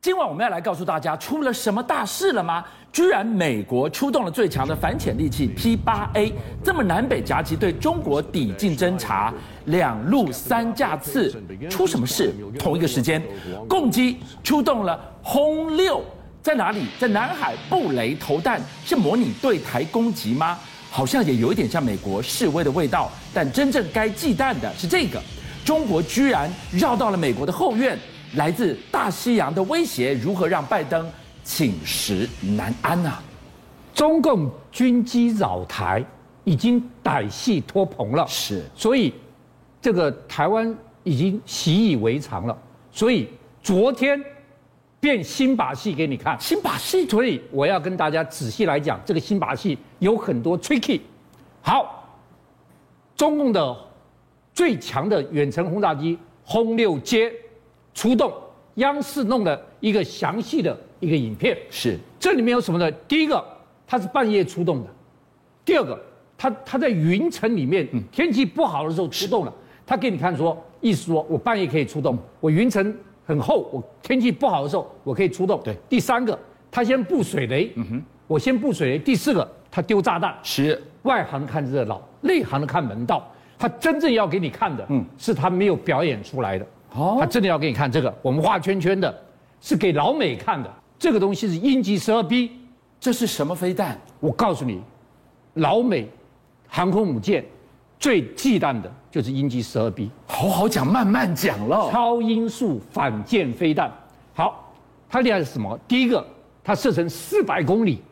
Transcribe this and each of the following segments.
今晚我们要来告诉大家，出了什么大事了吗？居然美国出动了最强的反潜利器 P 八 A，这么南北夹击对中国抵近侦察，两路三架次，出什么事？同一个时间，共机出动了轰六，在哪里？在南海布雷投弹，是模拟对台攻击吗？好像也有一点像美国示威的味道，但真正该忌惮的是这个，中国居然绕到了美国的后院。来自大西洋的威胁如何让拜登寝食难安啊？中共军机扰台，已经歹戏拖棚了，是，所以这个台湾已经习以为常了。所以昨天变新把戏给你看，新把戏。所以我要跟大家仔细来讲，这个新把戏有很多 tricky。好，中共的最强的远程轰炸机轰六阶。出动，央视弄了一个详细的一个影片。是，这里面有什么呢？第一个，它是半夜出动的；第二个，它它在云层里面，天气不好的时候出动了。它给你看说，意思说我半夜可以出动，我云层很厚，我天气不好的时候我可以出动。对嗯第三个，它先布水雷，我先布水雷。第四个，它丢炸弹。是，外行看热闹，内行看门道。他真正要给你看的，嗯，是他没有表演出来的。哦哦，他真的要给你看这个，我们画圈圈的，是给老美看的。这个东西是鹰击十二 B，这是什么飞弹？我告诉你，老美航空母舰最忌惮的就是鹰击十二 B。好好讲，慢慢讲喽。超音速反舰飞弹。好，它厉害是什么？第一个，它射程四百公里，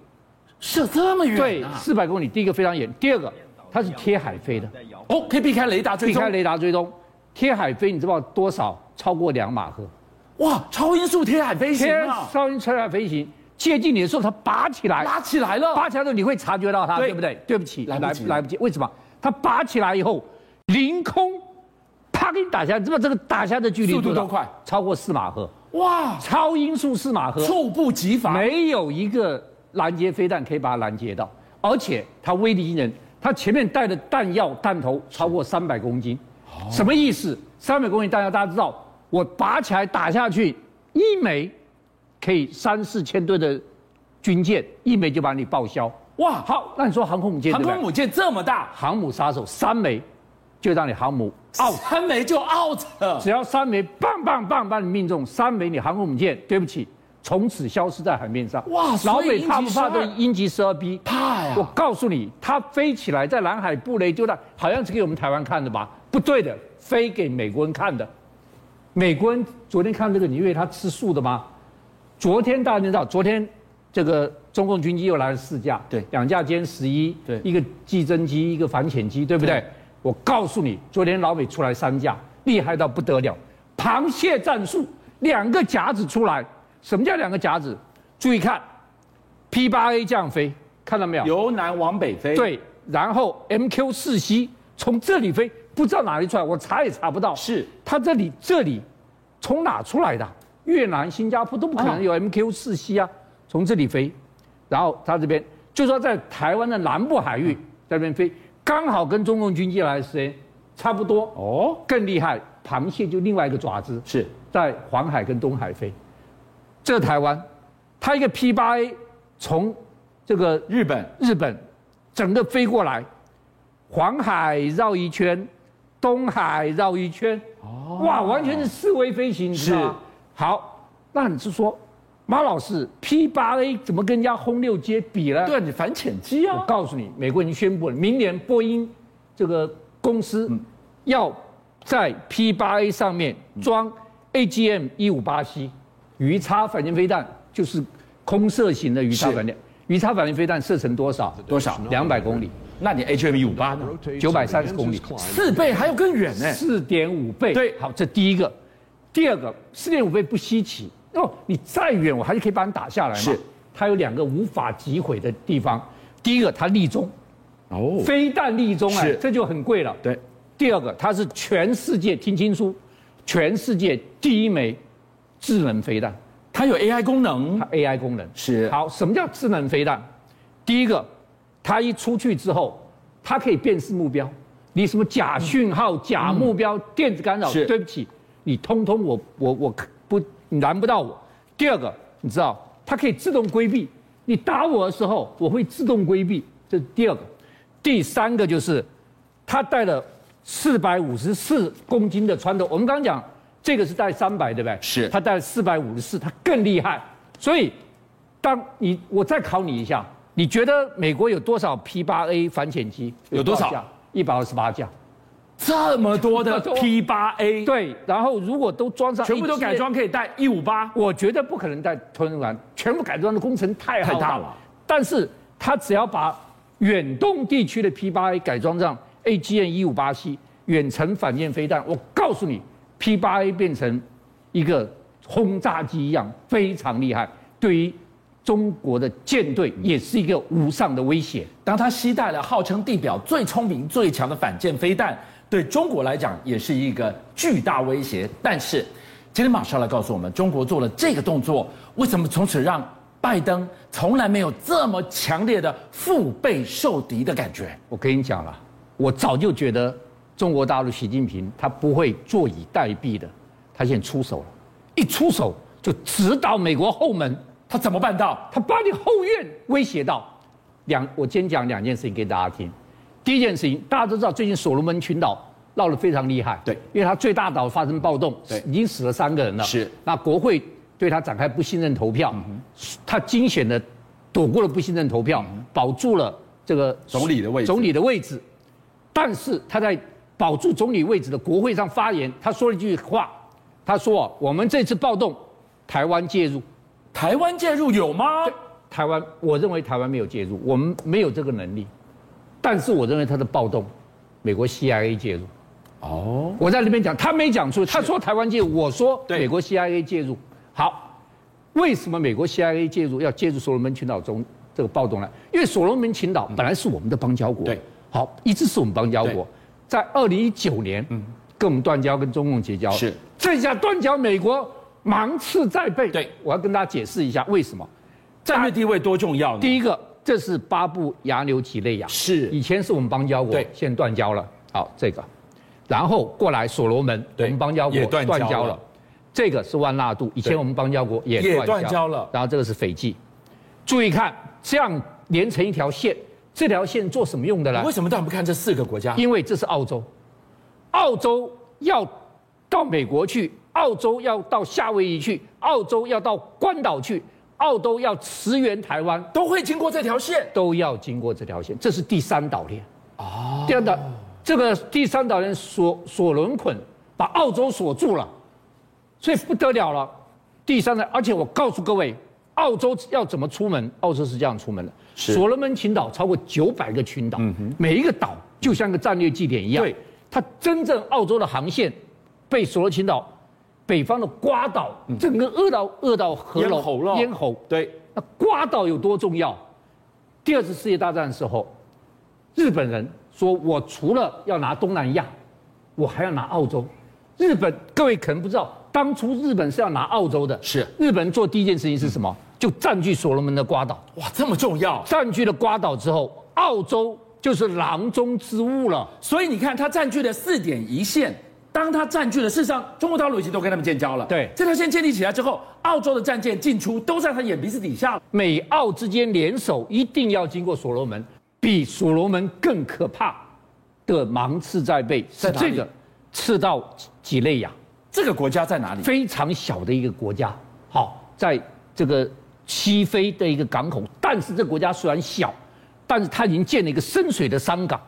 射这么对远、，啊？四百公里，第一个非常远。第二个，它是贴海飞的，哦，可以避开雷达追避踪。开雷达追踪。贴海飞，你知道多少？超过两马赫。哇，超音速贴海飞行贴啊，超音速海飞行接近你的时候，它拔起来，拉起来了。拔起来的时候你会察觉到它，对对不对？对不起，来不及了来不及。为什么？它拔起来以后，凌空，啪给你打下来，你知道这个打下的距离速度多少多快？超过四马赫，哇，超音速四马赫。猝不及防。没有一个拦截飞弹可以把它拦截到，而且它威力惊人，它前面带的弹药弹头超过三百公斤，哦什么意思？三百公斤弹药大家知道，我拔起来打下去一枚，可以三四千吨的军舰一枚就把你报销。哇，好，那你说航空母舰对航不对空？母舰这么大，航母杀手三枚，就让你航母奥哦三枚就 out 了。只要三枚棒棒棒把你命中，三枚你航空母舰，对不起，从此消失在海面上。哇老所以美鹰击怕不怕12这鹰击十二 B？怕哎呀我告诉你，它飞起来在南海布雷丢的，好像是给我们台湾看的吧？不对的，飞给美国人看的。美国人昨天看这个，你以为他吃素的吗？昨天大家知道，昨天这个中共军机又来了四架，对两架歼十一，对一个计侦机，一个反潜机，对不对？对我告诉你，昨天老美出来三架，厉害到不得了，螃蟹战术，两个夹子出来。什么叫两个夹子？注意看，P 八 A 这样飞，看到没有？由南往北飞。，对，然后 MQ 四 C 从这里飞，不知道哪里出来，我查也查不到。是它这里这里从哪出来的？越南、新加坡都不可啊能有 MQ 四 C 啊，从这里飞，然后它这边就说在台湾的南部海域嗯在这边飞，刚好跟中共军机来的时间差不多。哦，更厉害，螃蟹就另外一个爪子是在黄海跟东海飞，这个台湾，它一个 P 八 A 从这个日本。日本整个飞过来，黄海绕一圈，东海绕一圈，哇，完全是四维飞行，你知道吗？好，那你是说，马老师 P 八 A 怎么跟人家轰六阶比呢？对啊，你反潜机我啊。告诉你，美国已经宣布了，明年波音这个公司嗯要在 P 八 A 上面装 AGM 一五八 C 鱼叉反舰飞弹，就是空射型的鱼叉是反舰。鱼叉反舰飞弹射程多少？多少两百公里，那你 HM 五八呢？九百三十公里，四倍还有更远呢。四点五倍。对好，这第一个，第二个，四点五倍不稀奇哦，你再远我还是可以把你打下来嘛。是，它有两个无法击毁的地方，第一个它立中，哦，飞弹立中哎是，这就很贵了。对，第二个，它是全世界听清楚，全世界第一枚智能飞弹，它有 AI 功能它，AI 功能是好。什么叫智能飞弹？第一个，它一出去之后，它可以辨识目标，你什么假讯号、假目标、电子干扰，嗯是对不起，你通通我我我不你拦不到我。第二个，你知道它可以自动规避，你打我的时候，我会自动规避，这是第二个。第三个就是，它带了四百五十四公斤的穿透，我们刚刚讲这个是带三百，对不对？是它带四百五十四，它更厉害。所以，当你我再考你一下，你觉得美国有多少 P 八 A 反潜机？有多少架？一百二十八架。这么多的 这么多 P 八 A，，对，然后如果都装上，全部都改装，可以带一五八，我觉得不可能带吞软，全部改装的工程太浩太大了。但是他只要把远东地区的 P 八 A 改装上 AGM 一五八 C 远程反舰飞弹，我告诉你，P 八 A 变成一个轰炸机一样，非常厉害。对于中国的舰队也是一个无上的威胁。当它携带了号称地表最聪明、最强的反舰飞弹，对中国来讲也是一个巨大威胁。但是，今天马上来告诉我们，中国做了这个动作，为什么从此让拜登从来没有这么强烈的腹背受敌的感觉？我跟你讲了，我早就觉得中国大陆习近平他不会坐以待毙的，他现在出手了，一出手就直捣美国后门，他怎么办到？他把你后院威胁到。两，我今天讲两件事情给大家听。第一件事情，大家都知道最近所罗门群岛闹得非常厉害，对因为它最大岛发生暴动，对已经死了三个人了。是嗯那国会对他展开不信任投票，他惊险的躲过了不信任投票，保住了这个嗯总理的位置总理的位置，但是他在保住总理位置的国会上发言，他说了一句话，他说啊：“我们这次暴动，台湾介入。”台湾介入有吗？台湾，我认为台湾没有介入，我们没有这个能力。但是我认为他的暴动，美国 CIA 介入。哦，我在那边讲，他没讲出，他说台湾介入，我说对美国 CIA 介入。好，为什么美国 CIA 介入要介入所罗门群岛中这个暴动呢？因为所罗门群岛本来是我们的邦交国，嗯对，好，一直是我们邦交对嗯国，在二零一九年，跟我们断交，跟中共结交，是这下断交，美国芒刺在背。对，我要跟大家解释一下为什么。战略地位多重要呢？第一个，这是巴布亚纽几内亚，是以前是我们邦交国，对现在断交了。好，这个，然后过来所罗门，我对们邦交国也断交了这个是万纳度，以前我们邦交国也也断断交了然后这个是斐济，注意看，这样连成一条线，这条线做什么用的呢为？什么但我们看这四个国家？因为这是澳洲，澳洲要到美国去，澳洲要到夏威夷去，澳洲要到关岛去，澳洲要驰援台湾，都会经过这条线，都要经过这条线，这是第三岛链。哦，第二岛，这个第三岛链所所轮捆，把澳洲锁住了，所以不得了了。第三岛，而且我告诉各位，澳洲要怎么出门？澳洲是这样出门的：所罗门群岛超过九百个群岛，每一个岛就像个战略据点一样。对，它真正澳洲的航线被所罗门群岛北方的瓜岛，整个鄂岛鄂岛河咽流喉了咽喉对，那瓜岛有多重要？第二次世界大战的时候，日本人说我除了要拿东南亚，我还要拿澳洲。日本各位可能不知道，当初日本是要拿澳洲的，是日本做第一件事情是什么？就占据所罗门的瓜岛，哇，这么重要！占据了瓜岛之后，澳洲就是囊中之物了。所以你看，它占据了四点一线。当它占据了，事实上，中国大陆已经都跟他们建交了。对这条线建立起来之后，澳洲的战舰进出都在他眼皮子底下了。美澳之间联手一定要经过所罗门，比所罗门更可怕的芒刺在背在是哪里这个刺到几内亚，这个国家在哪里？非常小的一个国家，好，在这个西非的一个港口，但是这个国家虽然小，但是它已经建了一个深水的商港，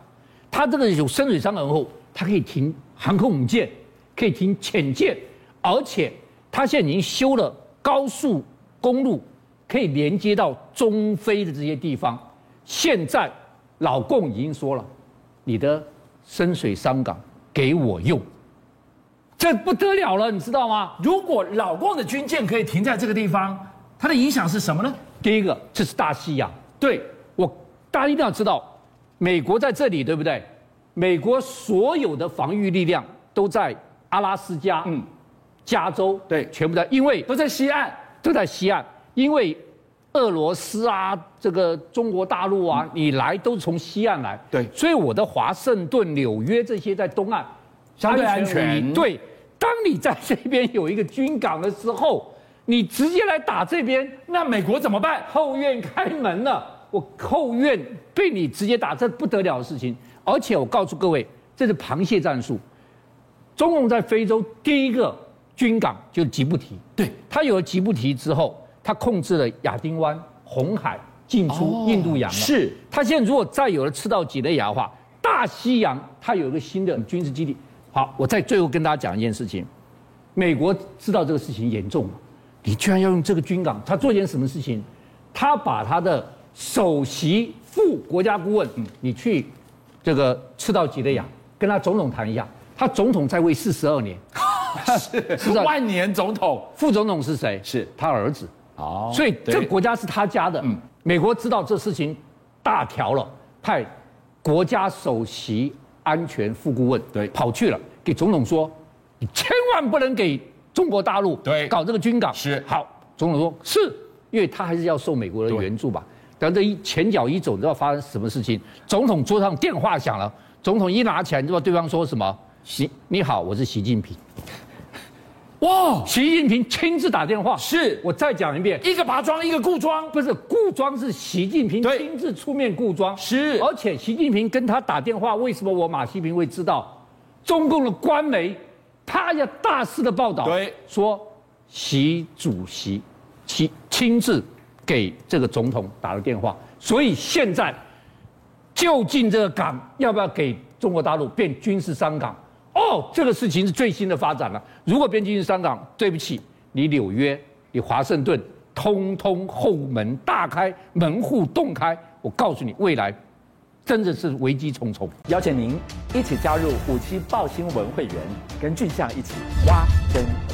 它这个有深水商港后，它可以停航空母舰，可以停潜舰，而且它现在已经修了高速公路，可以连接到中非的这些地方。现在老共已经说了，你的深水商港给我用，这不得了了，你知道吗？如果老共的军舰可以停在这个地方，它的影响是什么呢？第一个，这是大西洋。对我，大家一定要知道，美国在这里，对不对？美国所有的防御力量都在阿拉斯加、嗯、加州，对全部在，因为都在西岸，都在西岸，因为俄罗斯啊，这个中国大陆嗯啊，你来都从西岸来，对所以我的华盛顿、纽约这些在东岸相对安无疑全对，当你在这边有一个军港的时候，你直接来打这边，那美国怎么办？后院开门了，我后院被你直接打，这不得了的事情。而且我告诉各位，这是螃蟹战术。中共在非洲第一个军港就是吉布提，对，他有了吉布提之后，他控制了亚丁湾、红海进哦出哦印度洋啊了。 是他现在如果再有了吃到几内亚的话，大西洋它有一个新的军事基地。好，我再最后跟大家讲一件事情，美国知道这个事情严重了，你居然要用这个军港，他做一件什么事情？他把他的首席副国家顾问，嗯你去这个赤道几内亚跟他总统谈一下，他总统在位四十 二年，是的万年总统副总统是谁？是他儿子。哦所以对嗯这个国家是他家的。美国知道这事情大条了，派国家首席安全副顾问对跑去了，给总统说，你千万不能给中国大陆对搞这个军港。是好，总统说是，因为他还是要受美国的对援助吧。但这一前脚一走，你知道发生什么事情？总统桌上电话响了，总统一拿起来，你知道对方说什么？你你好，我是习近平。哇，习近平亲自打电话。是我再讲一遍，一个拔庄，一个顾庄，不是顾庄是习近平对亲自出面顾庄，是而且习近平跟他打电话，为什么我马西平会知道？中共的官媒，啪一下大肆的报道，对说习主席亲亲自给这个总统打了电话，所以现在就近这个港要不要给中国大陆变军事商港？哦，这个事情是最新的发展了。如果变军事商港，对不起，你纽约、你华盛顿，通通后门大开，门户洞开。我告诉你，未来真的是危机重重。邀请您一起加入五七报新闻会员，跟俊相一起挖真相。